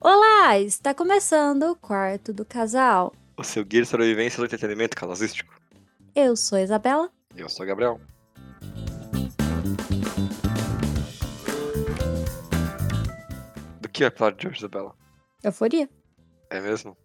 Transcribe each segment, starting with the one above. Olá, está começando o quarto do casal. O seu guia de sobrevivência do entretenimento casalístico. Eu sou a Isabela. Eu sou o Gabriel. Do que é falar de hoje, Isabela? Euforia. É mesmo?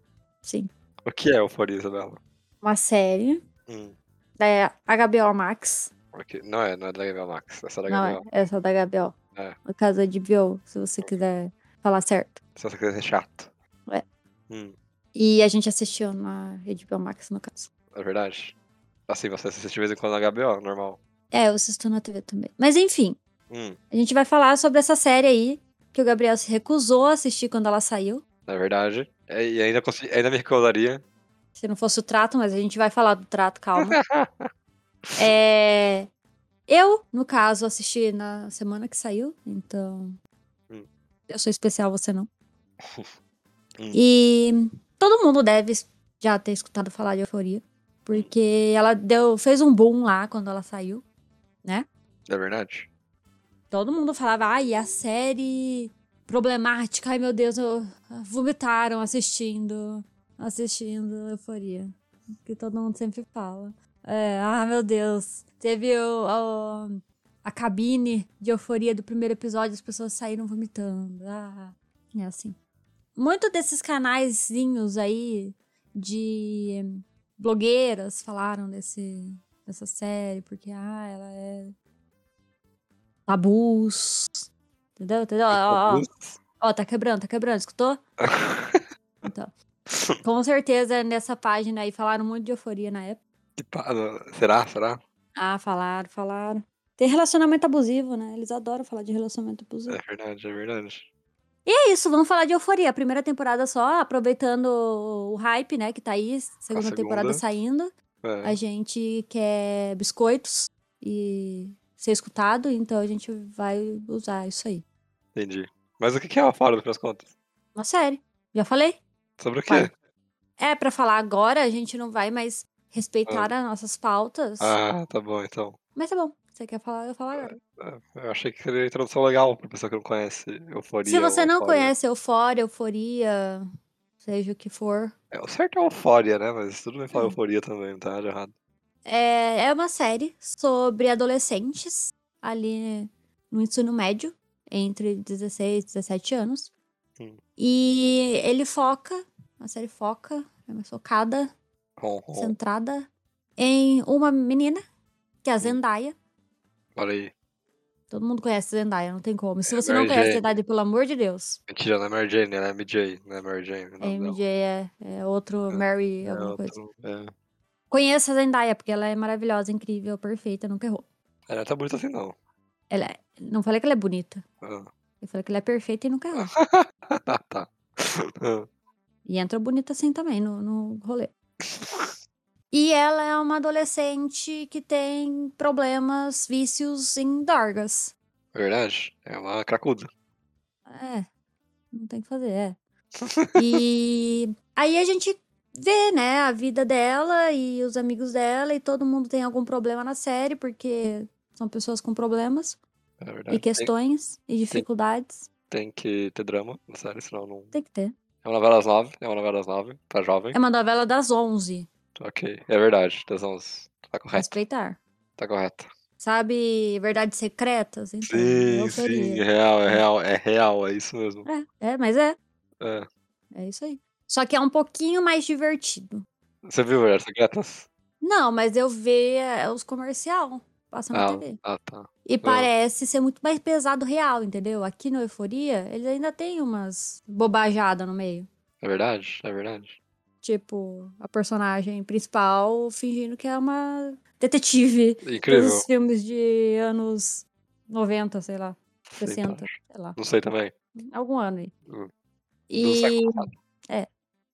Sim. O que é euforia, Isabela? Uma série Hum, da HBO Max. ok. Não é, não é da Gabriel Max, essa é da Não é? Gabriel. Essa é da HBO. É. No caso é de HBO, se você quiser falar certo. Se você quiser ser chato. É. Hum, E a gente assistiu na HBO Max, no caso. é verdade. Assim, você assiste de vez em quando na HBO, normal. É, eu assisto na TV também. Mas enfim, Hum, a gente vai falar sobre essa série aí, que o Gabriel se recusou a assistir quando ela saiu. é verdade. É, E ainda, consegui, ainda me recordaria. Se não fosse o trato, mas a gente vai falar do trato, calma. É, Eu, no caso, assisti na semana que saiu, então. Hum. Eu sou especial, você não. Hum. E todo mundo deve já ter escutado falar de euforia. Porque ela deu, fez um boom lá quando ela saiu. É verdade. Todo mundo falava, ai, a série problemática, ai meu Deus, eu- ah, vomitaram assistindo, assistindo Euforia. Que todo mundo sempre fala. É, ah, meu Deus. Teve o, o- a cabine de euforia do primeiro episódio, as pessoas saíram vomitando. Ah, é assim. Muito desses canaizinhos aí de eh, blogueiras falaram desse, dessa série, porque ah, ela é tabus. Entendeu? Entendeu? É Ó, ó, ó, tá quebrando, tá quebrando, escutou? Então. Com certeza nessa página aí falaram muito de euforia na época. Que pa- não, Tipo, ah, Será? Será? Ah, falaram, falaram. Tem relacionamento abusivo, né? Eles adoram falar de relacionamento abusivo. É verdade, é verdade. É isso, vamos falar de Euforia. A primeira temporada só, aproveitando o hype, né, que tá aí. Segunda, segunda. temporada saindo. É. A gente quer biscoitos e ser escutado, então a gente vai usar isso aí. Entendi. Mas o que que é uma fora, no fim das contas? Uma série. Já falei? Sobre o quê? Vai. É, pra falar agora, a gente não vai mais respeitar as nossas pautas. Ah, tá bom, então. Mas tá bom. Você quer falar, eu falo agora. É, Eu achei que seria uma introdução legal pra pessoa que não conhece euforia. Se você ou não Euphoria. conhece Eufória, Euforia, seja o que for, É, o certo é euforia, né? Mas tudo bem falar Hum. euforia também, não tá nada de errado. É, é uma série sobre adolescentes ali no ensino médio, entre 16 e 17 anos. Sim. E ele foca, a série foca, é mais focada, Ron, ron. centrada em uma menina, que é a Sim. Zendaya. Olha aí. Todo mundo conhece a Zendaya, não tem como. Se É, você não Mary conhece a Jane. Zendaya, pelo amor de Deus, Mentira, não é Mary Jane, ela é MJ, não é Mary Jane. Não, MJ é, é outro É, Mary, É, alguma coisa. outro- é. Conheça a Zendaya, porque ela é maravilhosa, incrível, perfeita, nunca errou. Ela não tá bonita assim, não. Ela é- Não falei que ela é bonita. Ah. Eu falei que ele é perfeito e nunca errou. tá, tá. Ah, E entra bonita assim também no, no rolê. E ela é uma adolescente que tem problemas, vícios em drogas. Verdade, é uma cracuda. É, não tem o que fazer, é. E aí a gente vê, né, a vida dela e os amigos dela, e todo mundo tem algum problema na série, porque são pessoas com problemas É verdade. e questões e dificuldades. Tem, tem que ter drama na série, senão não. Tem que ter. É uma novela das nove, é uma novela das nove, pra jovem. É uma novela das 11, Ok, é verdade, das onze. Tá correto, respeitar. tá correto. Sabe, verdades secretas? Então, Sim, eu sim, é faria. real, é real, é real, é isso mesmo. É, é, mas é, É. é isso aí. Só que é um pouquinho mais divertido. Você viu Verdades Secretas? Não, mas eu vejo é, os comercial passando na Ah, TV. ah, tá. E parece ser muito mais pesado real, entendeu? Aqui no Euforia, eles ainda tem umas bobajadas no meio. É verdade, é verdade. Tipo, a personagem principal fingindo que é uma detetive Incrível. dos filmes de anos 90, sei lá, Sei tá. 60, sei lá. Não sei também. tá. Algum ano aí. Hum. Do E século passado.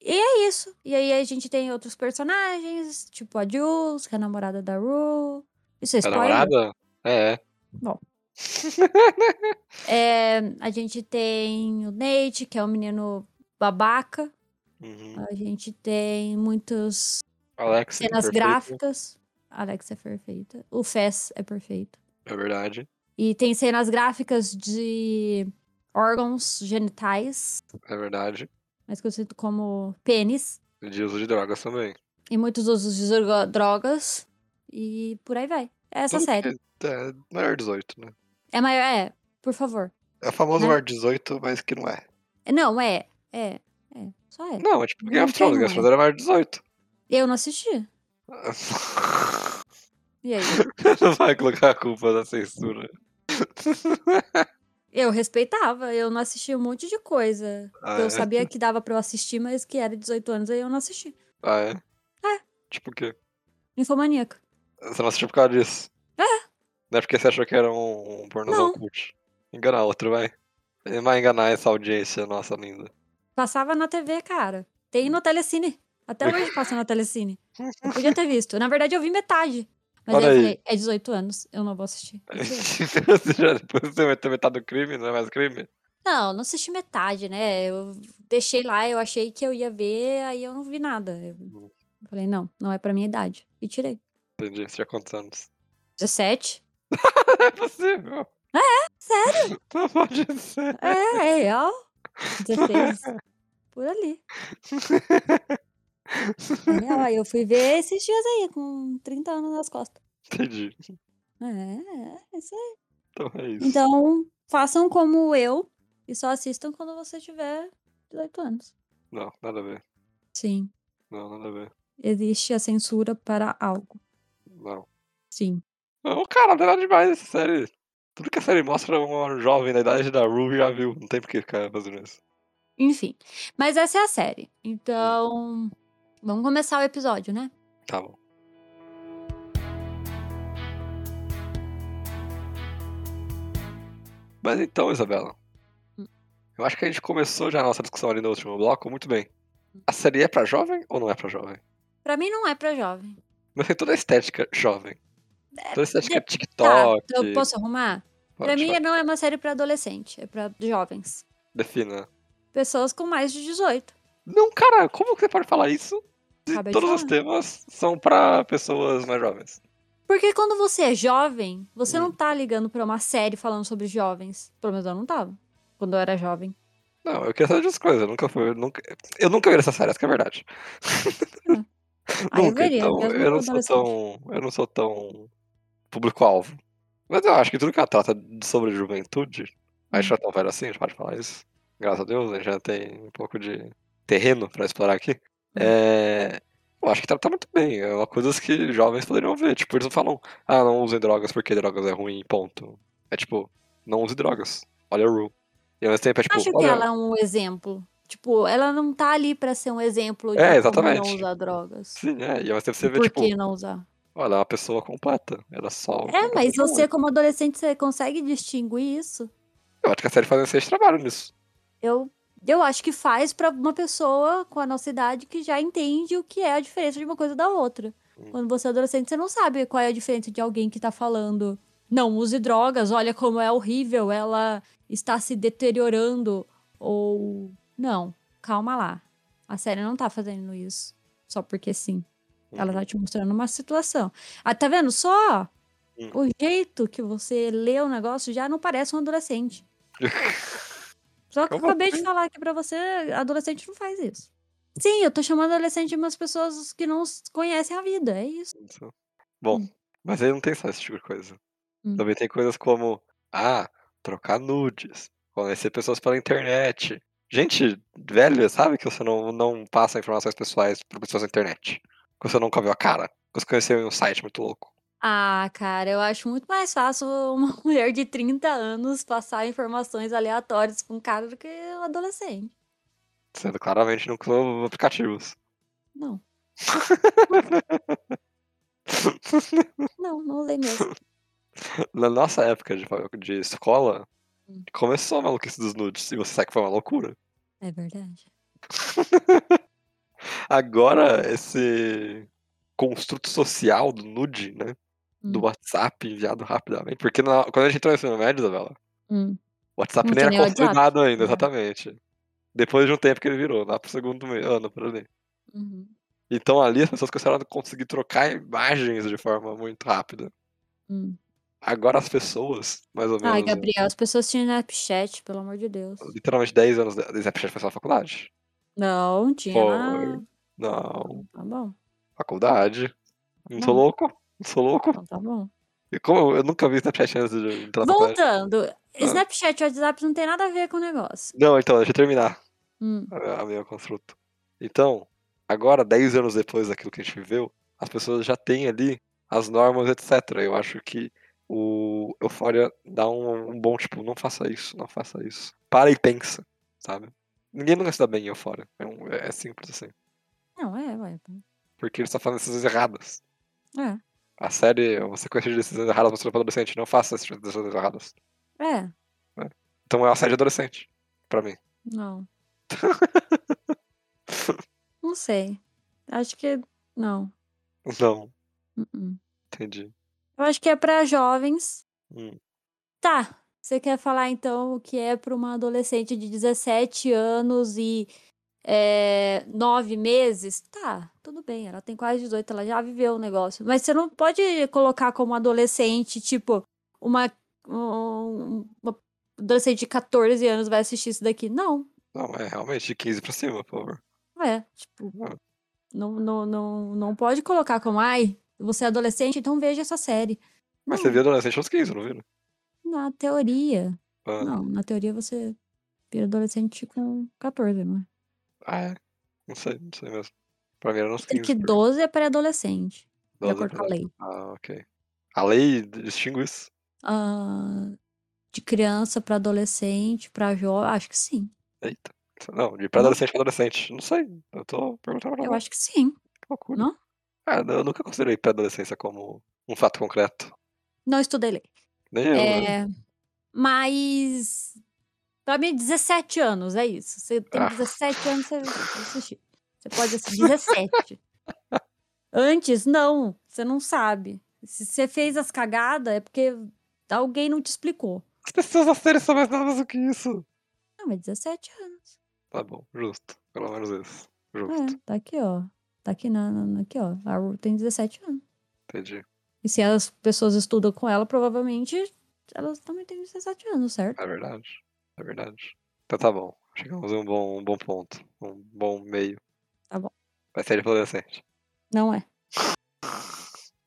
E é isso. E aí a gente tem outros personagens, tipo a Jules, que é a namorada da Rue. Isso é É spoiler? namorada? É, é. É, a gente tem o Nate, que é um menino babaca. Uhum. A gente tem muitas Alex. cenas perfeito, gráficas. A Alex é perfeita. O Fess é perfeito. É verdade, E tem cenas gráficas de órgãos genitais. é verdade. mais conhecido como pênis, De uso de drogas também. e muitos usos de zorgo- drogas, e por aí vai. É essa Tudo série. que É, é maior 18, né? É maior, é, por favor. É famoso Né? maior 18, mas que não é. Não, é, é, é, só é. Não, é tipo Não Game of tem, não Thrones, Game é. of Thrones era maior 18. Eu não assisti. E aí? não vai colocar a culpa da censura. Eu respeitava, eu não assisti um monte de coisa. Ah, é? Eu sabia que dava pra eu assistir, mas que era 18 anos, aí eu não assisti. Ah, é? É. Tipo o quê? Infomaníaca. Você não assistiu por causa disso? Não é porque você achou que era um, um pornozão Não. cult. Engana outro, vai. Ele vai enganar essa audiência nossa linda. Passava na TV, cara. Tem no Telecine. Até hoje passa no Telecine. Eu podia ter visto. Na verdade, eu vi metade. Mas Olha aí eu aí. falei, é 18 anos, eu não vou assistir. você já depois você vai ter metade do crime, não é mais crime? Não, não assisti metade, né? Eu deixei lá, eu achei que eu ia ver, aí eu não vi nada. Eu falei, não, não é pra minha idade. E tirei. Entendi, você tinha quantos anos? 17? Não é possível. É, Sério? Não pode ser. É, é real. 16. Por ali. É real. Aí eu fui ver esses dias aí, com 30 anos nas costas. Entendi. É, é isso aí. Então é isso. Então, façam como eu e só assistam quando você tiver 18 anos. Não, nada a ver. Sim, Não, nada a ver. existe a censura para algo. Não. Sim. Não, cara, não é nada demais essa série. Tudo que a série mostra é uma jovem da idade da Ruby já viu. Não tem por que ficar fazendo isso. Enfim, mas essa é a série. Então, vamos começar o episódio, né? Tá bom. Mas então, Isabela, Hum. eu acho que a gente começou já a nossa discussão ali no último bloco, muito bem. Hum. A série é pra jovem ou não é pra jovem? Pra mim não é pra jovem. Mas tem toda a estética jovem. Toda a estética É, Tá, TikTok. eu posso arrumar? pode, pra mim pode. não é uma série pra adolescente, é pra jovens. Defina. Pessoas com mais de 18. Não, cara, como que você pode falar isso? Se Acabei de todos os falar. temas são pra pessoas mais jovens. Porque quando você é jovem, você Hum. não tá ligando pra uma série falando sobre jovens. Pelo menos eu não tava. Quando eu era jovem. Não, eu queria saber de outras coisas. Eu nunca fui. Eu nunca, eu nunca vi essa série, essa que é a verdade. Aí Ah, eu nunca, veria, então mesmo eu não quando sou adolescente. tão. Eu não sou tão público-alvo. Mas eu acho que tudo que ela trata de- sobre juventude, a Hum. gente não é tão velho assim, a gente pode falar isso. Graças a Deus, a gente já tem um pouco de terreno pra explorar aqui. É, Eu acho que trata muito bem. É uma coisa que jovens poderiam ver. Tipo, eles não falam, ah, não usem drogas porque drogas é ruim, ponto. É tipo, não use drogas. Olha a Rue. E ao mesmo tempo é tipo, acho que olha, ela é um exemplo. Tipo, ela não tá ali pra ser um exemplo de É, como exatamente. não usar drogas. Sim, é. E ao mesmo tempo você vê, Por tipo, que não usar? Olha, é uma pessoa completa. Ela só. É, mas completamente você ruim. como adolescente, você consegue distinguir isso? Eu acho que a série faz um excelente trabalho nisso. Eu, eu acho que faz pra uma pessoa com a nossa idade que já entende o que é a diferença de uma coisa da outra. Hum. Quando você é adolescente, você não sabe qual é a diferença de alguém que tá falando não use drogas, olha como é horrível, ela está se deteriorando ou não, calma lá. A série não tá fazendo isso só porque sim. Ela Uhum. tá te mostrando uma situação. Ah, tá vendo só? Hum. O jeito que você lê o negócio já não parece um adolescente. Só que eu Como acabei de assim? falar aqui pra você, adolescente não faz isso. Sim, eu tô chamando adolescente de umas pessoas que não s- conhecem a vida, é isso. Isso. Então, Bom, mas aí não tem só esse tipo de coisa. Hum. Também tem coisas como, ah, trocar nudes, conhecer pessoas pela internet. Gente velha, sabe que você não, não passa informações pessoais para pessoas na internet. Que você nunca viu a cara. Que você conheceu em um site muito louco. Ah, cara, eu acho muito mais fácil uma mulher de 30 anos passar informações aleatórias com um cara do que um adolescente. Sendo claramente nunca usou aplicativos. Não. não, não usei mesmo. Na nossa época de, fa- de escola, Hum. começou a maluquice dos nudes. E você sabe que foi uma loucura. É verdade. Agora, esse construto social do nude, né? Do Hum. WhatsApp enviado rapidamente. Porque na- quando a gente entrou no ensino médio, Isabela, Hum. o WhatsApp Não nem tinha era nem WhatsApp, consolidado ainda, né? exatamente. Depois de um tempo que ele virou, lá pro segundo me- ano, por ali. Uhum. Então ali as pessoas começaram a conseguir trocar imagens de forma muito rápida. Hum. Agora as pessoas, mais ou menos, Ai, Gabriel, as pessoas tinham Snapchat, pelo amor de Deus. literalmente 10 anos de de Snapchat foi só na faculdade. Não, tinha. Foi. Não. Tá bom. Faculdade. Não sou Não. louco? Não sou louco? Então tá bom. E como eu, eu nunca vi Snapchat antes de entrar na faculdade. Voltando, Snapchat e WhatsApp não tem nada a ver com o negócio. Não, então, deixa eu terminar Hum, a a minha construto. Então, agora, 10 anos depois daquilo que a gente viveu, as pessoas já têm ali as normas, etc. Eu acho que o Euphoria dá um, um bom, tipo, não faça isso, não faça isso. Para e pensa, sabe? Ninguém nunca se dá bem em Euphoria. É, um- é simples assim. Não, é, vai. Porque ele está fazendo decisões erradas. É. A série é uma sequência de decisões erradas mostrando para adolescente. Não faça essas decisões erradas. É. Então é uma série adolescente, pra mim. Não. não sei. Acho que. Não. Não, Uh-uh. entendi. Eu acho que é pra jovens. Hum. Tá. Você quer falar então o que é pra uma adolescente de 17 anos e é, 9 meses? Tá, tudo bem, ela tem quase 18, ela já viveu o negócio. Mas você não pode colocar como adolescente, tipo, uma, um- uma adolescente de 14 anos vai assistir isso daqui. Não, Não, é realmente de 15 pra cima, por favor. Ah, é, tipo, Não. não, não, não, não pode colocar como, ai, você é adolescente, então veja essa série. Mas você viu adolescente aos 15, não viu? Na teoria. Ah, Não, na teoria você vira adolescente com 14, não é? ah, é? Não sei, não sei mesmo. Pra mim era aos Tem 15. que porque 12 é pré-adolescente, de 12 acordo com a pra- lei. Ah, ok. A lei distingue isso? Ah, de criança pra adolescente, pra jovem, acho que sim. Eita. Não, de pré-adolescente pra adolescente. Não sei. Eu tô perguntando pra Eu você, acho que sim. que loucura. não? Ah, eu nunca considerei pré-adolescência como um fato concreto. Não estudei lei. Nem eu. né? É, mas pra mim 17 anos, é isso. Você tem Ah. 17 anos, você você assistir. Você pode assistir 17. Antes, não. Você não sabe. Se você fez as cagadas, é porque alguém não te explicou. As pessoas da série são mais novas do que isso. Não, mas 17 anos. Tá bom, justo. Pelo menos isso. Justo. É, tá aqui, ó. Tá aqui na, na- na- aqui, ó. A Ru tem 17 anos. Entendi. E se as pessoas estudam com ela, provavelmente elas também têm 17 anos, certo? É verdade. É verdade. Então tá bom. Chegamos a um bom, um bom ponto. Um bom meio. Tá bom. Vai ser de adolescente. Não é.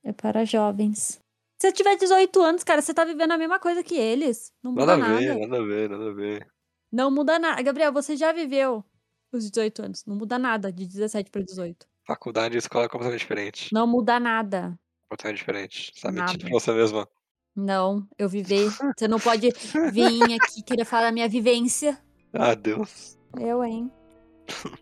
É para jovens. Se você tiver 18 anos, cara, você tá vivendo a mesma coisa que eles. Não muda Nada a nada. ver, nada a ver, nada a ver. Não muda nada. Gabriel, você já viveu os 18 anos. Não muda nada de 17 para 18. Faculdade e escola é completamente diferente. Não muda nada. Completamente diferente. Você tá mentindo pra Nada. você mesma. Não, eu vivi. Você não pode vir aqui querer falar da minha vivência. Ah, Deus. Eu, hein?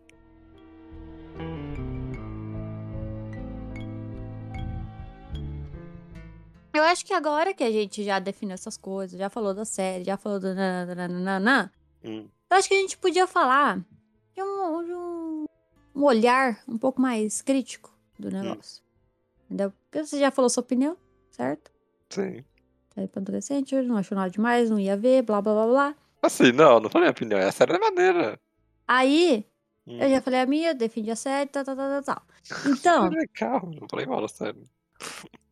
Eu acho que agora que a gente já definiu essas coisas, já falou da série, já falou do nananana, Hum. eu acho que a gente podia falar de um, de um- um olhar um pouco mais crítico do negócio. Entendeu? Porque você já falou sua opinião, certo? Sim. Tá aí pra adolescente, não achou nada demais, não ia ver, blá blá blá blá. Assim, não, não foi minha opinião. Essa era a maneira. Aí, Hum. Eu já falei a minha, defendi a série, tal, tal, tal, tal, tal. Então, Legal, é não falei mal, sério.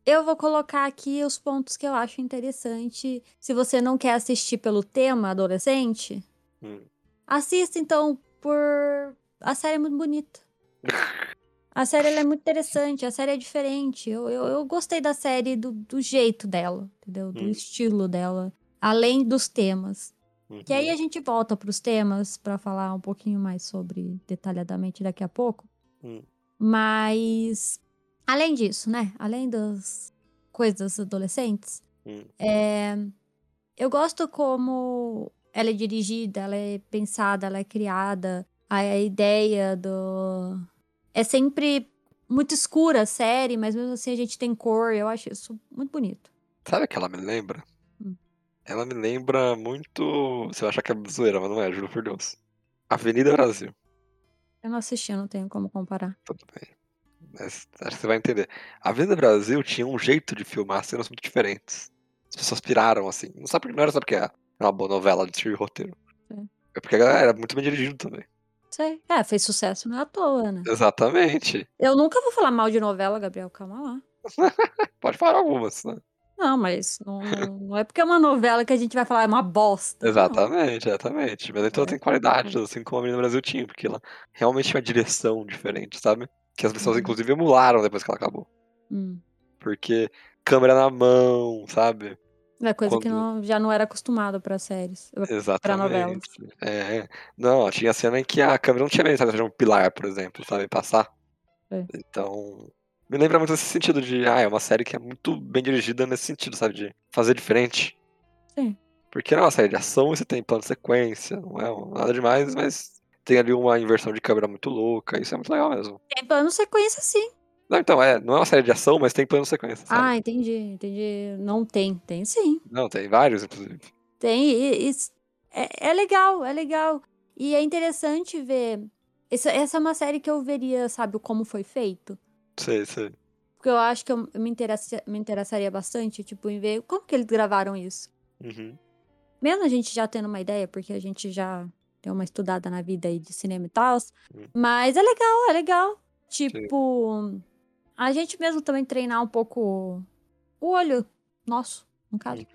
eu vou colocar aqui os pontos que eu acho interessante. Se você não quer assistir pelo tema adolescente, Hum. assista então por. A série é muito bonita. A série ela é muito interessante, a série é diferente. Eu, eu, eu gostei da série do, do jeito dela, entendeu? Do Hum. estilo dela. Além dos temas. Que aí Uhum. a gente volta para os temas para falar um pouquinho mais sobre detalhadamente daqui a pouco. Hum. Mas além disso, né? Além das coisas adolescentes, Hum. é, eu gosto como ela é dirigida, ela é pensada, ela é criada. A, a ideia do é sempre muito escura a série, mas mesmo assim a gente tem cor. Eu acho isso muito bonito. Sabe o que ela me lembra? Hum. Ela me lembra muito. Você vai achar que é zoeira, mas não é, juro por Deus. Avenida Brasil. Eu não assisti, eu não tenho como comparar. Tudo bem. Mas acho que você vai entender. A Avenida Brasil tinha um jeito de filmar cenas muito diferentes. As pessoas piraram, assim. Não, sabe, por- não era só porque era uma boa novela de estilo e roteiro. É. É porque ela era muito bem dirigido também. Sei. É, fez sucesso não é à toa, né? Exatamente. Eu nunca vou falar mal de novela, Gabriel, calma lá. Pode falar algumas, né? Não, mas não, não- não é porque é uma novela que a gente vai falar é uma bosta. Exatamente, exatamente. Mas então É. tem qualidade, assim como a menina do Brasil tinha, porque ela realmente tinha uma direção diferente, sabe? Que as pessoas, Uhum. inclusive, emularam depois que ela acabou. Não. Hum. Porque câmera na mão, sabe? É coisa que Quando- não- já não era acostumada pra séries. novelas. Exatamente. É. é. Não, tinha cena em que a câmera não tinha medo, sabe? Seja um pilar, por exemplo, sabe? Passar. É. Então. Me lembra muito esse sentido de. Ah, é uma série que é muito bem dirigida nesse sentido, sabe? De fazer diferente. Sim. Porque não é uma série de ação e você tem plano de sequência, não é um- nada demais, mas tem ali uma inversão de câmera muito louca, isso é muito legal mesmo. Tem plano sequência, sim. Não, então, é, não é uma série de ação, mas tem plano de sequência, sabe? Ah, entendi, entendi. Não tem, tem sim. Não, tem vários, inclusive. Tem, e- e s- é, é legal, é legal. E é interessante ver. Essa, essa é uma série que eu veria, sabe, como foi feito. Sei, sei. Porque eu acho que eu eu me, interessa, me interessaria bastante, tipo, em ver como que eles gravaram isso. Uhum. Mesmo a gente já tendo uma ideia, porque a gente já deu uma estudada na vida aí de cinema e tal. Mas é legal, é legal. Tipo, a gente mesmo também treinar um pouco o olho nosso, no caso.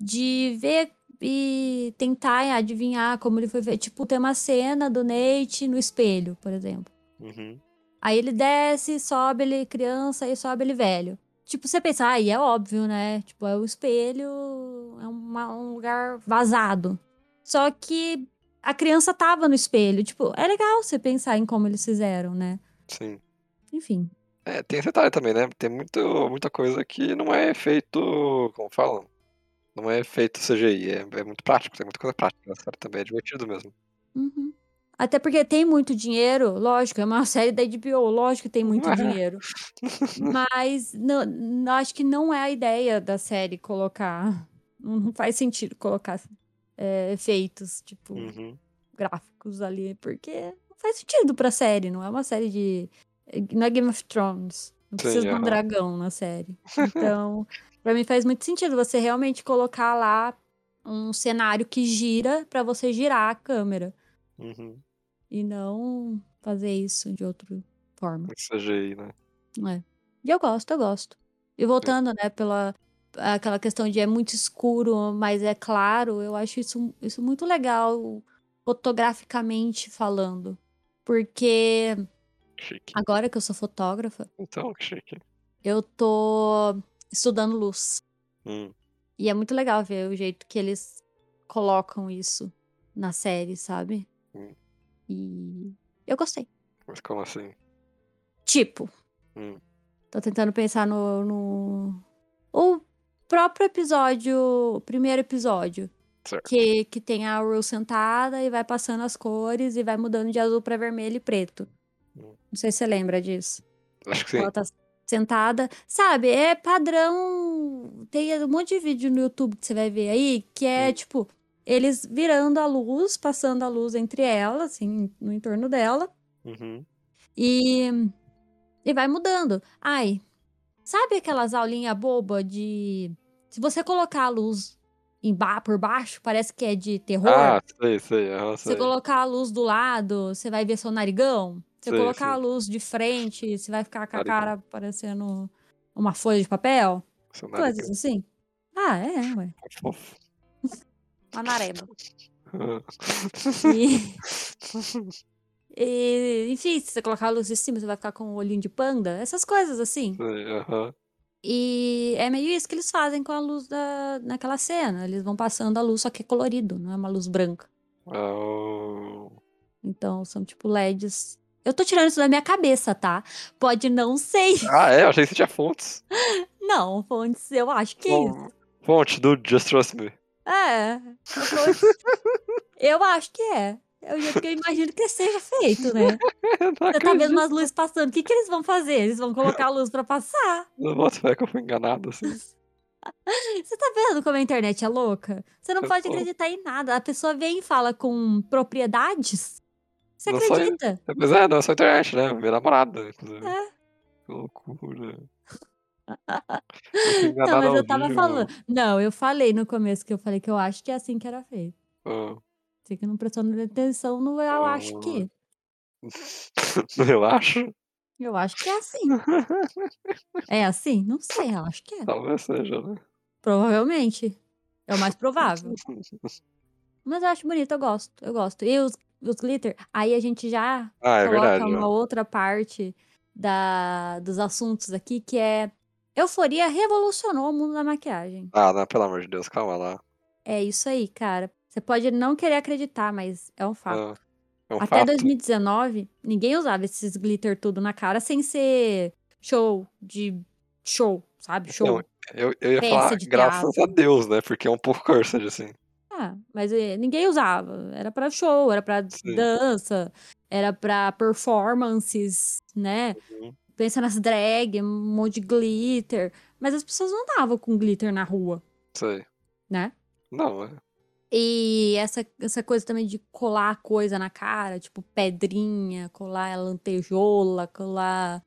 De ver e tentar adivinhar como ele foi feito. Tipo, tem uma cena do Nate no espelho, por exemplo. Uhum. Aí ele desce, sobe ele criança e sobe ele velho. Tipo, você pensa, aí é óbvio, né? Tipo, é o espelho, é uma- um lugar vazado. Só que a criança tava no espelho. Tipo, é legal você pensar em como eles fizeram, né? Sim. Enfim. É, tem esse detalhe também, né? Tem muito, muita coisa que não é feito. Como falam? Não é feito CGI, é, é muito prático, tem muita coisa prática na série também, é divertido mesmo. Uhum. Até porque tem muito dinheiro, lógico, é uma série da HBO, lógico que tem muito É. dinheiro. Mas não, não- acho que não é a ideia da série colocar. Não faz sentido colocar é, efeitos, tipo, Uhum. gráficos ali, porque não faz sentido pra série, não é uma série de. Não é Game of Thrones. Não Sim, precisa de um aham. dragão na série. Então, pra mim faz muito sentido você realmente colocar lá um cenário que gira pra você girar a câmera Uhum. e não fazer isso de outra forma. Muito CGI, né? É. E eu gosto, eu gosto. E voltando, né, pela aquela questão de é muito escuro, mas é claro, eu acho isso, isso muito legal fotograficamente falando. Porque Chique. agora que eu sou fotógrafa, Então, que chique. eu tô estudando luz. Hum. E é muito legal ver o jeito que eles colocam isso na série, sabe? Hum. E eu gostei. Mas como assim? Tipo, Hum. Tô tentando pensar no, no- O próprio episódio. O primeiro episódio. Certo. Que, que tem a Rue sentada e vai passando as cores e vai mudando de azul pra vermelho e preto. Hum. Não sei se você lembra disso. Acho que sim. Ela tá sentada. Sabe, é padrão. Tem um monte de vídeo no YouTube que você vai ver aí que é Hum. tipo. Eles virando a luz, passando a luz entre ela, assim, no entorno dela. Uhum. E, e vai mudando. Ai, sabe aquelas aulinhas boba de. Se você colocar a luz em ba por baixo, parece que é de terror. Ah, sei, sei. aham, você sei. colocar a luz do lado, você vai ver seu narigão. Você Sei, colocar a sei. luz de frente, você vai ficar com a Narigão. cara parecendo uma folha de papel. Seu Coisas narigão assim. Ah, é, ué. é fofo. Uma nareba. Ah. E, e, enfim, se você colocar a luz em cima, você vai ficar com o olhinho de panda. Essas coisas assim. Sei, aham. E é meio isso que eles fazem com a luz da, naquela cena. Eles vão passando a luz, só que é colorido, não é uma luz branca. Oh. Então são tipo LEDs. Eu tô tirando isso da minha cabeça, tá? Pode não ser. Ah, é? Eu achei que você tinha fontes. Não, fontes, eu acho que é isso. Bom, Fonte do Just Trust Me. É. eu vou- Eu acho que é. É o jeito que eu imagino que seja feito, né? Eu não Você tá acredito. vendo umas luzes passando. O que, que eles vão fazer? Eles vão colocar a luz pra passar. Eu boto fé que eu fui enganado, assim. Você tá vendo como a internet é louca? Você não Eu pode tô. acreditar em nada. A pessoa vem e fala com propriedades. Você Não sou eu. acredita? Mas é, não é só internet, né? Minha namorada, inclusive. É. Que loucura. Eu fui Não, enganado mas Tá ao eu tava vivo. falando. Não, eu falei no começo que eu falei que eu acho que é assim que era feito. Ah. Você que não prestou atenção no eu acho que. é. Eu acho. Eu acho que é assim. É assim? Não sei, eu acho que é. Talvez seja, né? Provavelmente. É o mais provável. Mas eu acho bonito, eu gosto. Eu gosto. E os, os glitter, aí a gente já Ah, é coloca verdade. uma ó. outra parte da, dos assuntos aqui, que é Euforia revolucionou o mundo da maquiagem. Ah, não, pelo amor de Deus, calma lá. É isso aí, cara. Você pode não querer acreditar, mas é um fato. Ah, É um Até fato. 2019, ninguém usava esses glitter tudo na cara sem ser show de show, sabe? Show. Não, Eu, eu ia Peça falar, de graças a teatro. Deus, né? Porque é um pouco cursed, assim. Ah, mas eh, ninguém usava. Era pra show, era pra Sim. dança, era pra performances, né? Uhum. Pensa nas drag, um monte de glitter. Mas as pessoas não andavam com glitter na rua, Sei. né? Não, é. E essa, essa coisa também de colar coisa na cara, tipo pedrinha, colar lantejola, colar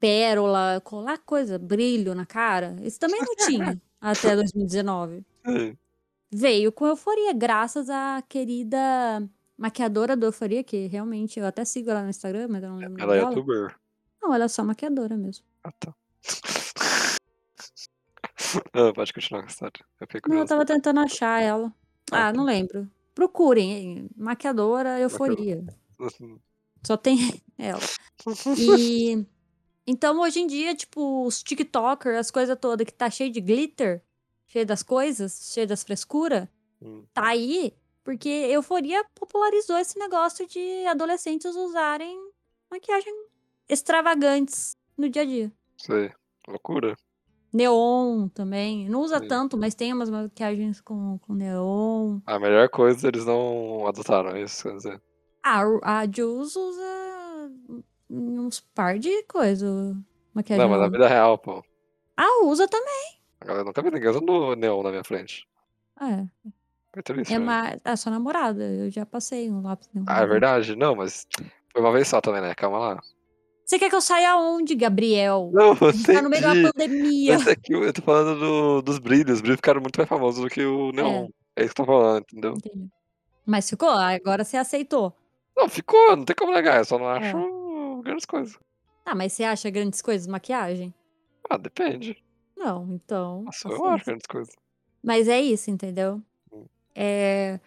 pérola, colar coisa, brilho na cara. Isso também não tinha até 2019 Sei. veio com euforia, graças à querida maquiadora do Euforia, que realmente eu até sigo ela no Instagram, mas eu não né? lembro o Ela nome é dela. youtuber. Não, ela é só maquiadora mesmo. Ah, tá. Ah, pode continuar, Castado. Eu fiquei Não, eu curioso. tava tentando achar ela. Ah, Ah, não lembro. Procurem, hein? maquiadora euforia. Hum, Só tem ela. E então hoje em dia, tipo, os TikTokers, as coisas todas que tá cheio de glitter, cheio das coisas, cheio das frescuras, Hum. tá aí porque Euforia popularizou esse negócio de adolescentes usarem maquiagem extravagantes no dia a dia. Sei. Loucura. Neon também. Não usa Sim. tanto, mas tem umas maquiagens com, com neon. A melhor coisa eles não adotaram, é isso quer dizer. Ah, o- a Jules usa uns par de coisa. Maquiagem. Não, mas na neon. vida real, pô. Ah, usa também. Agora eu nunca vi ninguém usando neon na minha frente. É. Foi triste, É né? mais. Ah, sua namorada. Eu já passei um lápis. neon Ah, na é vida. verdade? Não, mas foi uma vez só também, né? Calma lá. Você quer que eu saia onde, Gabriel? Não, A gente tá no meio de entendi. uma pandemia. Mas é que eu eu tô falando do- dos brilhos. Os brilhos ficaram muito mais famosos do que o neon. É, isso que eu tô falando, entendeu? Entendi. Mas ficou, agora você aceitou. Não, ficou, não tem como negar. Eu só não É. acho grandes coisas. Ah, mas você acha grandes coisas maquiagem? Ah, depende. Não, então. Nossa, eu acho paciência. grandes coisas. Mas é isso, entendeu? Hum. É,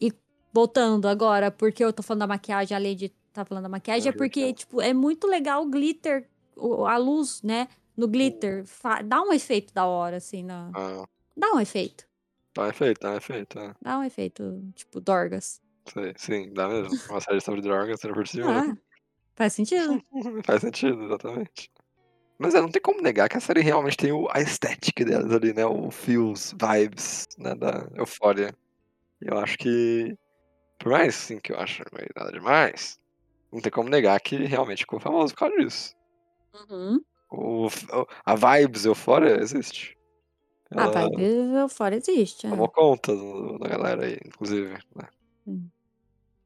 E voltando agora, porque eu tô falando da maquiagem, além de tá falando da maquiagem, é Aham, porque, então. tipo, é muito legal o glitter, o- a luz, né? No glitter. fa- Dá um efeito da hora, assim. Na... Ah, Dá um efeito. tá efeito, tá efeito. É. Dá um efeito, tipo, Dorgas. Sei, sim, dá mesmo. Uma série sobre drogas, era por cima. né? Ah, faz sentido. Faz sentido, exatamente. Mas é, não tem como negar que a série realmente tem o- a estética delas ali, né? O feels, vibes, né? Da euforia. E eu acho que. Por mais sim que eu acho meio nada demais, não tem como negar que realmente ficou famoso por causa disso. Uhum. O, o- a vibes euforia existe. Ah, Ela Tá vai ver, fora existe. é. tomou conta do- da galera aí, inclusive, né? Sim.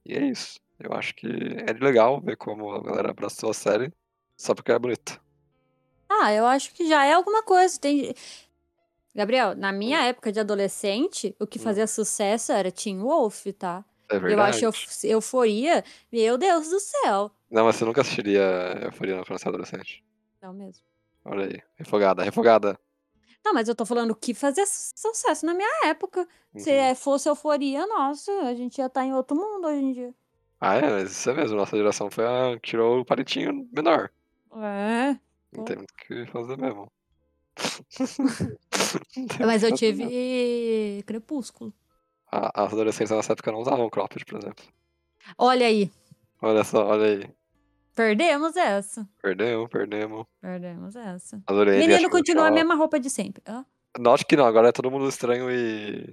E é isso. Eu acho que é legal ver como a galera abraçou a série só porque é bonita. Ah, eu acho que já é alguma coisa. Tem... Gabriel, na minha época de adolescente, o que Hum. fazia sucesso era Teen Wolf, tá? É Eu acho verdade. euf- euforia, meu Deus do céu. Não, mas você nunca assistiria Euforia na França Adolescente. Não mesmo. Olha aí. Refogada, refogada. Não, mas eu tô falando o que fazia su- sucesso na minha época. Se Uhum. eh, fosse euforia, nossa, a gente ia estar em outro mundo hoje em dia. Ah, é, mas isso é mesmo. Nossa geração foi a... tirou o palitinho menor. É. Pô. Não tem muito o que fazer mesmo. Não tem Mas muito o eu que fazer mesmo. tive Crepúsculo. A- As adolescentes nessa época não usavam cropped, por exemplo. Olha aí, Olha só, olha aí. perdemos essa. Perdemos, perdemos. Perdemos essa. Adorei ele, acho Menino que eu vou continua a falar. mesma roupa de sempre. Hã? Note que não, agora é todo mundo estranho e.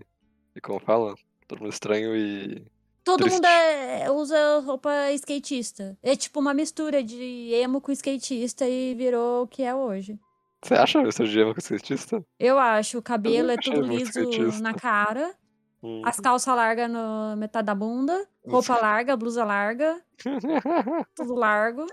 E como fala? Todo mundo estranho e. Todo Triste. mundo é- usa roupa skatista. É tipo uma mistura de emo com skatista e virou o que é hoje. Você acha o seu Diego skatista? Eu acho, o cabelo é achei tudo muito liso na skatista. cara, Hum. as calças largas na metade da bunda, Uhum. roupa larga, blusa larga, tudo largo.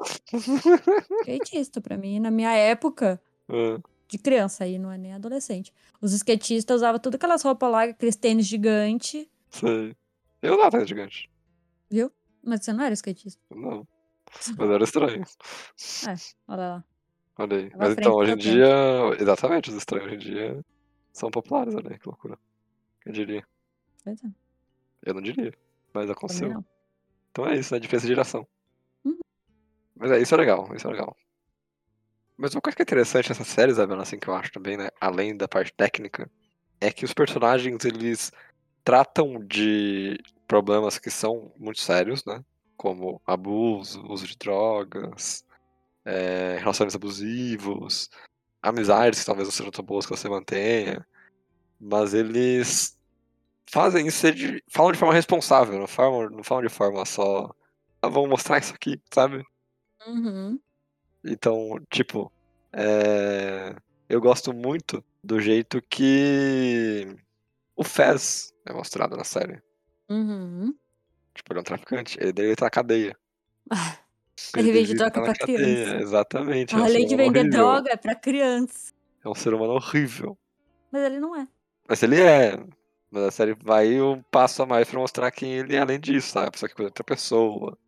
Skatista pra mim, na minha época Ah, de criança aí, não é nem adolescente. Os skatistas usavam tudo aquelas roupas largas, aqueles tênis gigante, Sei. Eu não era gigante. mas você não era skatista. Não. Mas era estranho. Olha lá. Olha aí. Tava à Mas frente então, do hoje em seu tempo. dia. Exatamente, os estranhos hoje em dia. são populares ali, que loucura. Eu diria. Pois é. Eu não diria, mas aconteceu. Também não. Então é isso, né? Diferença de geração. Uhum. Mas é, isso é legal, isso é legal. Mas uma coisa que é interessante nessa série, Isabela, assim, que eu acho também, né? Além da parte técnica, é que os personagens, eles tratam de problemas que são muito sérios, né? Como abuso, uso de drogas, é, relacionamentos abusivos, amizades que talvez não sejam tão boas que você mantenha. Mas eles fazem isso de, falam de forma responsável, não falam, não falam de forma só. Ah, vamos mostrar isso aqui, sabe? Uhum. Então, tipo, é, eu gosto muito do jeito que o Fez é mostrado na série. Uhum. Tipo, ele é um traficante, ele deve estar na cadeia. Ah, ele vende devia droga estar na pra cadeia, criança. Exatamente. é um Além ser de humano vender horrível, droga, é pra criança. É um ser humano horrível. Mas ele não é. Mas ele é. Mas a série vai um passo a mais pra mostrar quem ele é além disso, sabe? A pessoa que cuida de outra pessoa.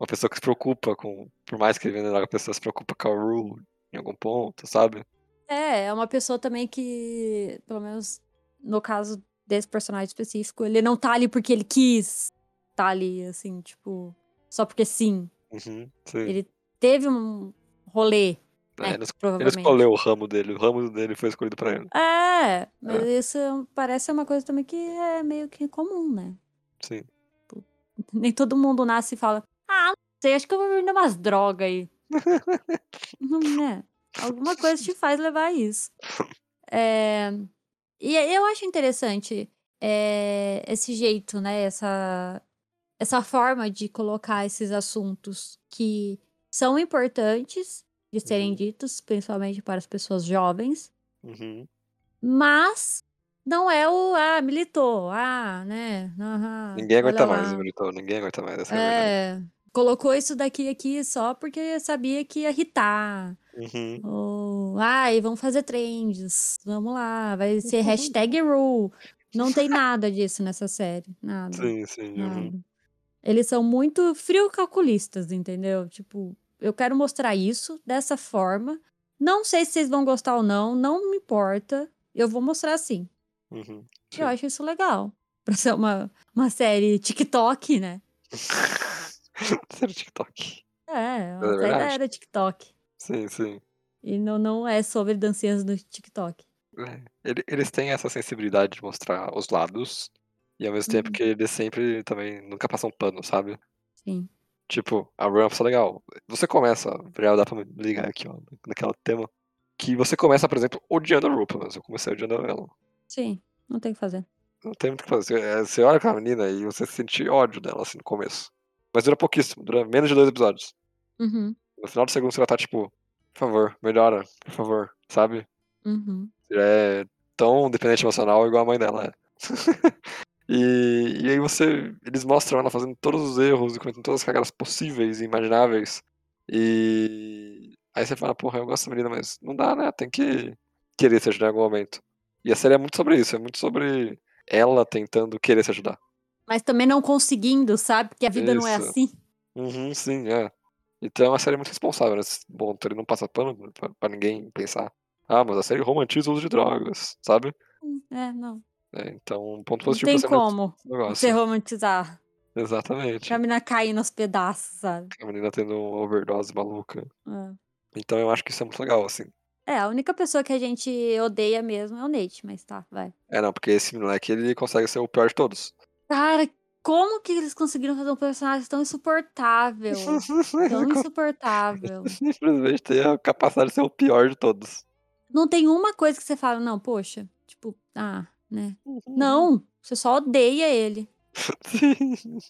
Uma pessoa que se preocupa com. Por mais que ele venda droga, a pessoa se preocupa com a Rue em algum ponto, sabe? É, é uma pessoa também que, pelo menos no caso desse personagem específico, ele não tá ali porque ele quis. Tá ali, assim, tipo, só porque sim. Uhum, sim. Ele teve um rolê, É, né? ele, ele provavelmente. escolheu o ramo dele, o ramo dele foi escolhido pra ele. É, mas isso é um- parece ser uma coisa também que é meio que comum, né? Sim. Nem todo mundo nasce e fala, ah, não sei, acho que eu vou vender umas drogas aí. não, né? Alguma coisa te faz levar a isso. É, E eu acho interessante é, esse jeito, né? Essa, essa forma de colocar esses assuntos que são importantes de serem Uhum. ditos, principalmente para as pessoas jovens, Uhum. mas não é o, ah, militou, ah, né? aham, Ninguém aguenta olha mais, lá. militou, ninguém aguenta mais. Essa é a verdade. É, colocou isso daqui e aqui só porque sabia que ia irritar. Uhum. Ou, ai, vamos fazer trends. Vamos lá, vai ser hashtag rule. Não tem nada disso nessa série. Nada. Sim, sim. uhum. Nada. Eles são muito frio calculistas, entendeu? Tipo, eu quero mostrar isso dessa forma. Não sei se vocês vão gostar ou não, não me importa. Eu vou mostrar assim. Uhum. Sim. Eu acho isso legal. Pra ser uma, uma série TikTok, né? Sério, TikTok. É, É uma série da verdade. era TikTok. Sim, sim. E não, não é sobre dancinhas do TikTok. É, ele- Eles têm essa sensibilidade de mostrar os lados. E ao mesmo tempo Uhum. que eles sempre também nunca passam pano, sabe? Sim. Tipo, a Run é uma pessoa legal. Você começa, já dá pra me ligar aqui, ó, naquela tema. Que você começa, por exemplo, odiando a Rupa, mas eu comecei odiando ela. Sim, não tem o que fazer. Não tem muito o que fazer. É, Você olha pra menina e você sente ódio dela, assim, no começo. Mas dura pouquíssimo, dura menos de dois episódios. Uhum, No final do segundo você já tá tipo, por favor, melhora, por favor, sabe? uhum. Você já é tão dependente emocional igual a mãe dela é. e, e aí você. Eles mostram ela fazendo todos os erros e cometendo todas as cagadas possíveis e imagináveis. E. Aí você fala, porra, eu gosto da menina, mas não dá, né? Tem que querer se ajudar em algum momento. E a série é muito sobre isso, é muito sobre ela tentando querer se ajudar. Mas também não conseguindo, sabe? Porque a vida não é Isso. assim. Uhum, sim, é. Então é uma série muito responsável, né? S- Bom, então ele não passa pano pra, pra ninguém pensar. Ah, mas a série romantiza o uso de drogas, sabe? Hum, É, não. É, então, um ponto Não positivo tem pra esse como negócio. você romantizar. Exatamente. Pra mina cair nos pedaços, sabe? A menina tendo uma overdose maluca. É. Então eu acho que isso é muito legal, assim. É, a única pessoa que a gente odeia mesmo é o Nate, mas tá, vai. É, não, porque esse moleque ele consegue ser o pior de todos. Cara, como que eles conseguiram fazer um personagem tão insuportável? Tão Ele insuportável. simplesmente tem a capacidade de ser o pior de todos. Não tem uma coisa que você fala, não, poxa, tipo, ah, né? Não, você só odeia ele. É Sim.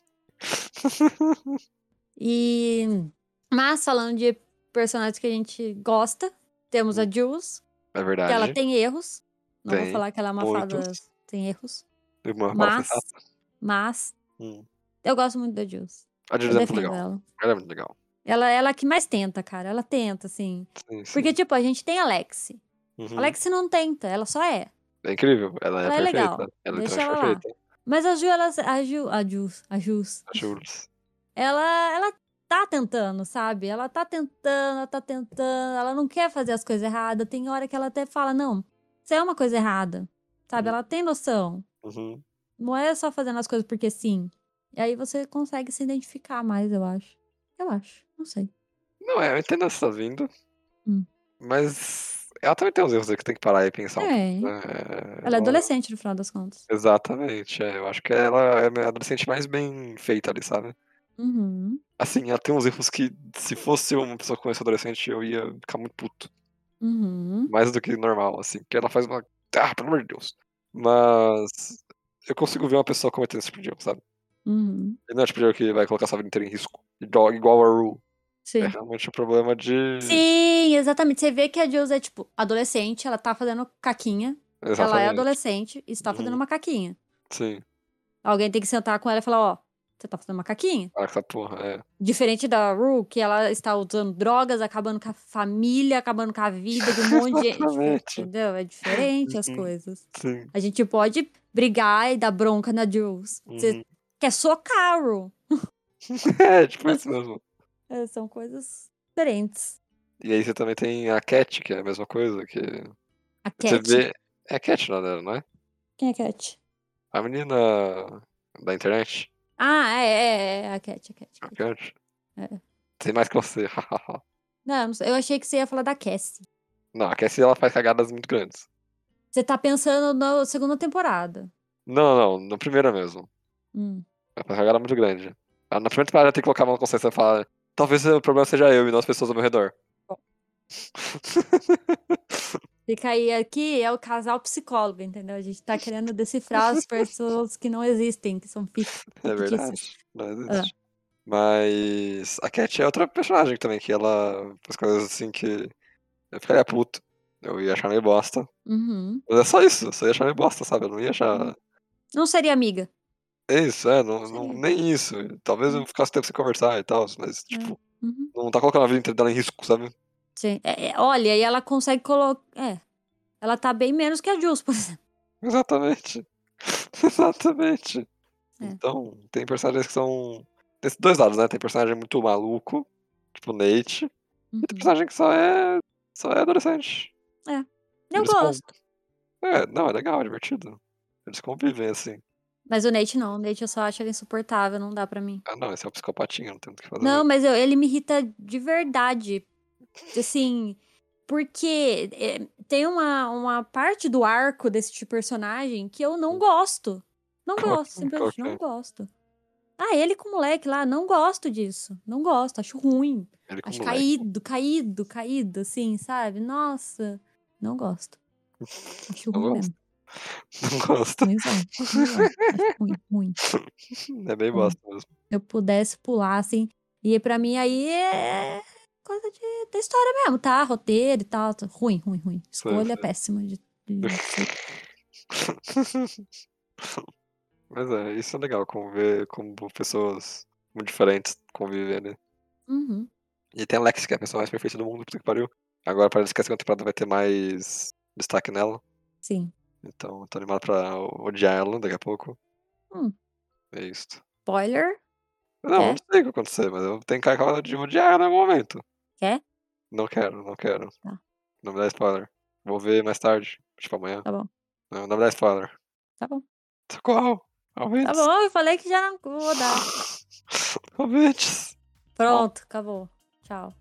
E. Mas falando de personagens que a gente gosta, temos a Jules, que É ela verdade. tem erros. Não Tem, vou falar que ela é uma fada. muitos. Tem erros. Uma fala Mas. sensata. Mas. Hum. Eu gosto muito da Jules. A Eu Jules é muito defendo legal. ela. Ela é muito legal. Ela, ela é a que mais tenta, cara. Ela tenta, assim. Sim, sim. Porque, tipo, a gente tem a Alex. Uhum. A Alex não tenta, ela só é. É incrível, ela é Ela é perfeita. legal, Ela é deixa literalmente ela lá. perfeita. Mas a Ju, ela. A Ju. A Jules. A Jules. A Jules. ela, ela tá tentando, sabe? Ela tá tentando, ela tá tentando, ela não quer fazer as coisas erradas. Tem hora que ela até fala, não, isso é uma coisa errada. Sabe? Ela tem noção. Uhum. Não é só fazendo as coisas porque sim. E aí você consegue se identificar mais, eu acho. Eu acho. Não sei. Não, é, eu entendo onde você tá vindo. Hum. Mas ela também tem uns erros aí que tem que parar e pensar. um É. pouco, né? Ela é adolescente, no final das contas. Exatamente, é, eu acho que ela é a adolescente mais bem feita ali, sabe? Uhum. Assim, ela tem uns erros que, se fosse uma pessoa que conhece adolescente, eu ia ficar muito puto. Uhum. Mais do que normal, assim. Porque ela faz uma. Ah, pelo amor de Deus. Mas. Eu consigo ver uma pessoa cometendo esse tipo de erro, sabe? Uhum. Ele não é o tipo de erro que vai colocar sua vida inteira em risco. Igual, igual a Rue. Sim. É realmente um problema de. Sim, exatamente. Você vê que a Jules é, tipo, adolescente, ela tá fazendo caquinha. Ela é Exatamente. adolescente e está fazendo Uhum. uma caquinha. Sim, Alguém tem que sentar com ela e falar, ó, você tá fazendo uma caquinha? para com essa porra, é. Diferente da Rue, que ela está usando drogas, acabando com a família, acabando com a vida de um monte de gente. Exatamente. Entendeu? É diferente as Uhum. coisas. Sim. A gente pode brigar e dar bronca na Jules. Você uhum. quer socar a Rue. É, tipo isso mesmo. É, são coisas diferentes. E aí você também tem a Cat, que é a mesma coisa, que. A Você Cat. vê. É a Cat, não é? Não é? Quem é a Cat? A menina da internet. Ah, é, é, é, a Cat, a Cat. A a Cat. Cat. É. Tem mais que você. Não, eu não sei, eu achei que você ia falar da Cassie. não, a Cassie ela faz cagadas muito grandes. Você tá pensando na segunda temporada. Não, não, na primeira mesmo. Hum. Ela faz cagada muito grande. Ela, na primeira temporada ela tem que colocar a mão na consciência e falar: talvez o problema seja eu e não as pessoas ao meu redor. Fica aí, aqui é o casal psicólogo, entendeu? A gente tá querendo decifrar as pessoas que não existem, que são fictícias. É fictícias. verdade. Não existe. Mas a Cat é outra personagem também, que ela faz coisas assim que eu ficaria puto. Eu ia achar meio bosta. Uhum. Mas é só isso, eu só ia achar meio bosta, sabe? Eu não ia achar. Não seria amiga. É isso, é, não, não- Seria. nem isso. Talvez eu ficasse tempo sem conversar e tal, mas, Hum. É. tipo, Uhum. não tá colocando a vida inteira dela em risco, sabe? Sim. É, é, olha, e ela consegue colocar. É. Ela tá bem menos que a Jules, por exemplo. Exatamente. Exatamente. É. Então, tem personagens que são. Tem esses dois lados, né? Tem personagem muito maluco, tipo Nate, Uhum. e tem personagem que só é. só é adolescente. Eu eles con- gosto. É, não, é legal, é divertido. Eles convivem assim. Mas o Nate não. O Nate eu só acho ele insuportável, não dá pra mim. Ah, não, esse é um psicopatinho, não tem muito o que fazer. Não, mas eu- ele me irrita de verdade. Assim, porque é, tem uma, uma parte do arco desse tipo de personagem que eu não gosto. Não Qual gosto, que- simplesmente assim? qual que é? não gosto. Ah, ele com o moleque lá, não gosto disso. Não gosto, acho ruim. Ele com Acho moleque. caído, caído, caído, assim, sabe? Nossa, não gosto. Acho Não ruim gosto. mesmo. Não gosta. Ruim, Acho ruim, ruim. É Hum. bem bosta mesmo. eu pudesse pular, assim. E pra mim aí é coisa de, da história mesmo, tá? Roteiro e tal. tá- Ruim, ruim, ruim. Sei, Escolha sei. péssima de. de- Mas é, isso é legal, como ver como pessoas muito diferentes convivem, né? Uhum. E tem a Lex, que é a pessoa mais perfeita do mundo, puta que pariu. Agora parece que a segunda temporada vai ter mais destaque nela. Sim. Então tô animado pra o- odiar ela daqui a pouco. Hum. É isso. Spoiler? Não, É? eu não sei o que vai acontecer, mas eu tenho cara de odiar ela no momento. Quer? Não quero, não quero. Tá. Não me dá spoiler. Vou ver mais tarde, tipo amanhã. Tá bom. Não, não me dá spoiler. Tá bom. Socorro! Ouvintes! Tá bom, eu falei que já não vou dar. Ouvintes! Pronto, acabou. Tchau.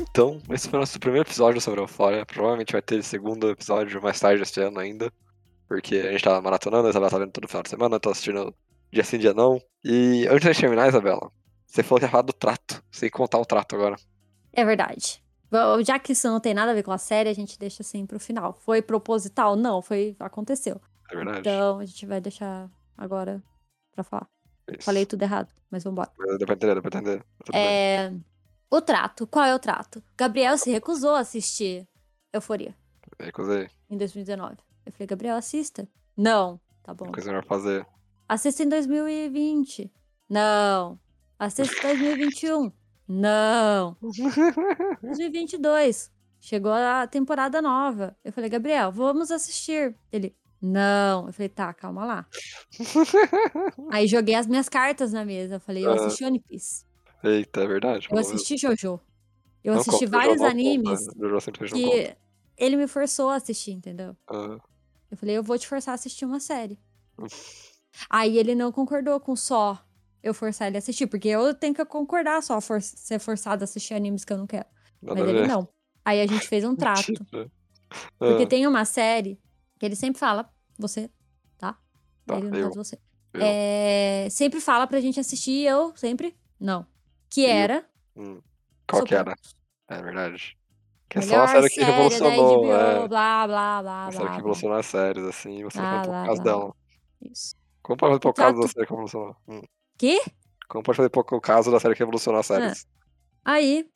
Então, esse foi o nosso primeiro episódio sobre a Euphoria. Provavelmente vai ter segundo episódio mais tarde este ano ainda. Porque a gente tá maratonando, a Isabela tá vendo todo final de semana, tá assistindo dia sim, dia não. E antes da gente terminar, Isabela, você falou que ia falar do trato. Você tem que contar o trato agora. É verdade. Bom, Já que isso não tem nada a ver com a série, a gente deixa assim pro final. Foi proposital? Não, foi. Aconteceu. É verdade? Então a gente vai deixar agora pra falar. É isso. Falei tudo errado, mas vambora. Mas Deu pra entender, deu pra entender. Tá tudo bem. É, o trato. Qual é o trato? Gabriel se recusou a assistir Euforia É coisa, em 2019. Eu falei, Gabriel, assista. Não. Tá bom. é coisa melhor pra fazer. Assista em 2020. Não. Assista em 2021. Não. 2022. Chegou a temporada nova. Eu falei, Gabriel, vamos assistir. Ele, não. Eu falei, tá, calma lá. Aí joguei as minhas cartas na mesa. Eu falei, eu Ah. assisti One Piece. Eita, é verdade. Eu pelo menos. assisti Jojo. Eu Não assisti conta, vários Jojo não animes um Conta. né? Jojo simplesmente não que ele me forçou a assistir, entendeu? conta. Ah, Eu falei, eu vou te forçar a assistir uma série. Aí ele não concordou com só eu forçar ele a assistir, porque eu tenho que concordar só for ser forçado a assistir animes que eu não quero. nada Mas a ele ver. não. Aí a gente fez um trato. Mentira. Porque Ah, tem uma série que ele sempre fala, você, tá? Tá, ele no eu, caso você. eu. É, sempre fala pra gente assistir, eu sempre. Não. Que Eu. era. hum, Qual que era? Sopranos. É verdade. Que é só Melhor uma série que da revolucionou, é. HBO, blá, blá, blá, Uma blá. série que blá. revolucionou as séries, assim, e você Blá, falou blá, por causa blá. dela. Isso. Como pode fazer por causa da Exato. série que revolucionou? Hum. Quê? Ah, Como pode fazer por causa da série que revolucionou as séries? Aí,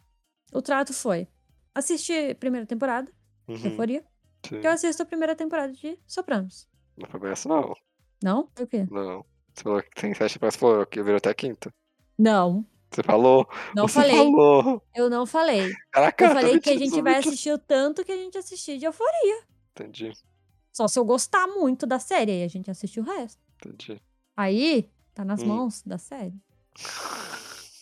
o trato foi: assistir a primeira temporada, de Uhum, Euforia, sim. que eu assisto a primeira temporada de Sopranos. Não foi bem assim, não. Não? Foi O quê? Não. Você falou que tem sete temporadas, falou que virou até a quinta. Não, Você falou. não você falei. falou. Eu não falei. Caraca, Eu tá falei que a mentindo, gente tá vai mentindo. assistir o tanto que a gente assistir de Euforia. Entendi, Só se eu gostar muito da série, aí a gente assiste o resto. entendi. Aí, tá nas Hum. mãos da série.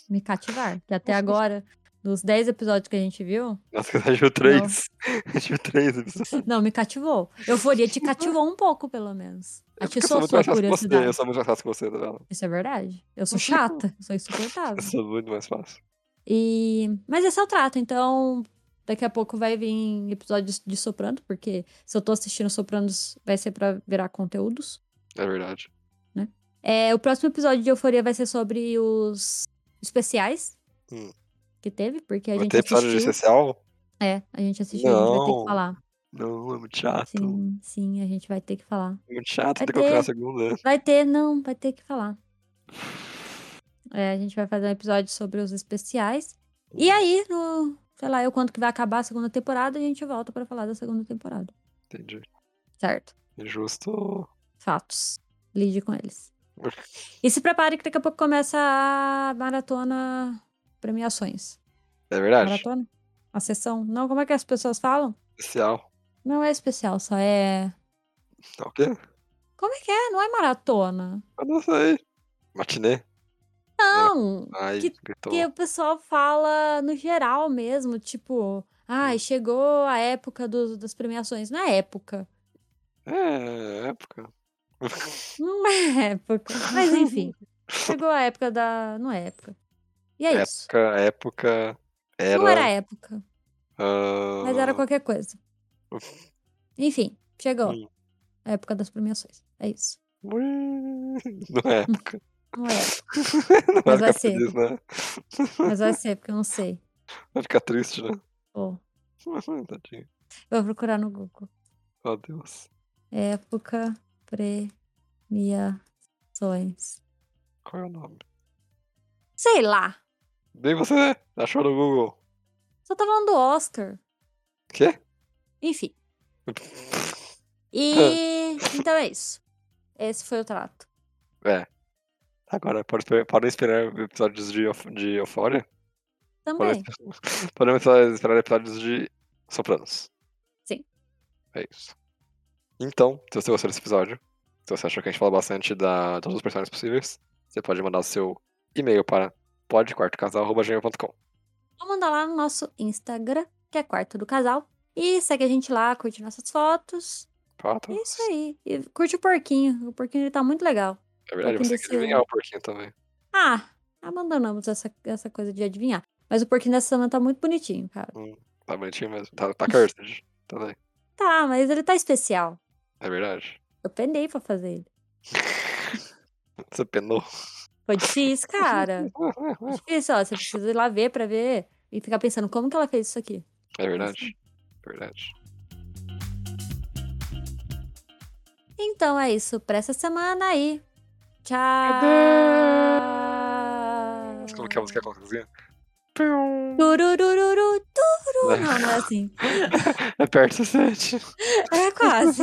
Me cativar. Que até agora, dos 10 episódios que a gente viu, Nossa, a gente viu três. A gente viu três É episódios. não me cativou. Euforia te cativou um pouco, pelo menos. É porque eu Atiçou sou a muito sua mais fácil que você. curiosidade. Eu sou muito mais fácil que você, tá vendo? Isso é verdade. Eu sou chata, eu sou insuportável. Eu sou muito mais fácil. E... Mas esse é o trato, então daqui a pouco vai vir episódios de Soprano, porque se eu tô assistindo Sopranos, vai ser pra virar conteúdos. É verdade. É, o próximo episódio de Euforia vai ser sobre os especiais Hum. que teve, porque a Vai gente ter episódio de assistiu. especial? É, a gente assistiu, a gente vai ter que Não. falar. Não, é muito chato. É Sim, sim, a gente vai ter que falar. Muito chato, Vai tem que colocar a ter. segunda. Vai ter, não, vai ter que falar. É, a gente vai fazer um episódio sobre os especiais. E aí, no, sei lá, eu quando que vai acabar a segunda temporada, a gente volta pra falar da segunda temporada. Entendi. Certo? Injusto. Fatos. Lide com eles. E se prepare que daqui a pouco começa a maratona premiações. É verdade. Maratona? A sessão. Não, como é que as pessoas falam? Especial. Não é especial, só é. Tá o quê? Como é que é? Não é maratona. Eu não sei. Matinê. Não! Ai, Que- gritou. Que o pessoal fala no geral mesmo, tipo, ai, chegou a época dos das premiações. Não é época. É, época. Não é época. Mas enfim. Chegou a época da. Não é época. E é isso. época, época. Era. Não era Uhum. época, ah, mas era qualquer coisa. Enfim, chegou. Hum. A época das premiações. É isso. ui, Não é época. Não é, Não Mas vai vai ficar ser. feliz, né? mas vai ser, porque eu não sei. Vai ficar triste, né? Vou. Tadinho. Vou procurar no Google. Oh, Deus. Época premiações. Qual é o nome? Sei lá. Nem você achou no Google. Só tá falando do Oscar. Quê? Enfim. E então é isso. Esse foi o trato. Agora, pode, esper- podem esperar episódios de, Euf- de Eufória? Podem Também. esper- Podemos esper- esperar episódios de Sopranos. Sim. É isso. Então, se você gostou desse episódio, se você achou que a gente falou bastante da, de todos os personagens possíveis, você pode mandar o seu e-mail para podquartocasal.gmail.com. Vou mandar lá no nosso Instagram, que é quarto do casal. E segue a gente lá, curte nossas fotos. Fato? É isso aí. E curte o porquinho. O porquinho ele tá muito legal. É verdade, Pouquinho você do quer seu- adivinhar o porquinho também. Ah, abandonamos essa, essa coisa de adivinhar. Mas o porquinho dessa semana tá muito bonitinho, cara. Tá bonitinho mesmo. Tá, tá cursed também. Tá, mas ele tá especial. É verdade. Eu penei pra fazer ele. Você penou. Foi difícil, cara. Foi difícil, ó. Você precisa ir É, lá ver pra ver e ficar pensando como que ela fez isso aqui. É verdade. É verdade. Então é isso pra essa semana aí. Tchau! Ah. Mas como que é a música conclusiva? Tururururu, Né? turu. Não, não é assim. É perto do 7. É quase.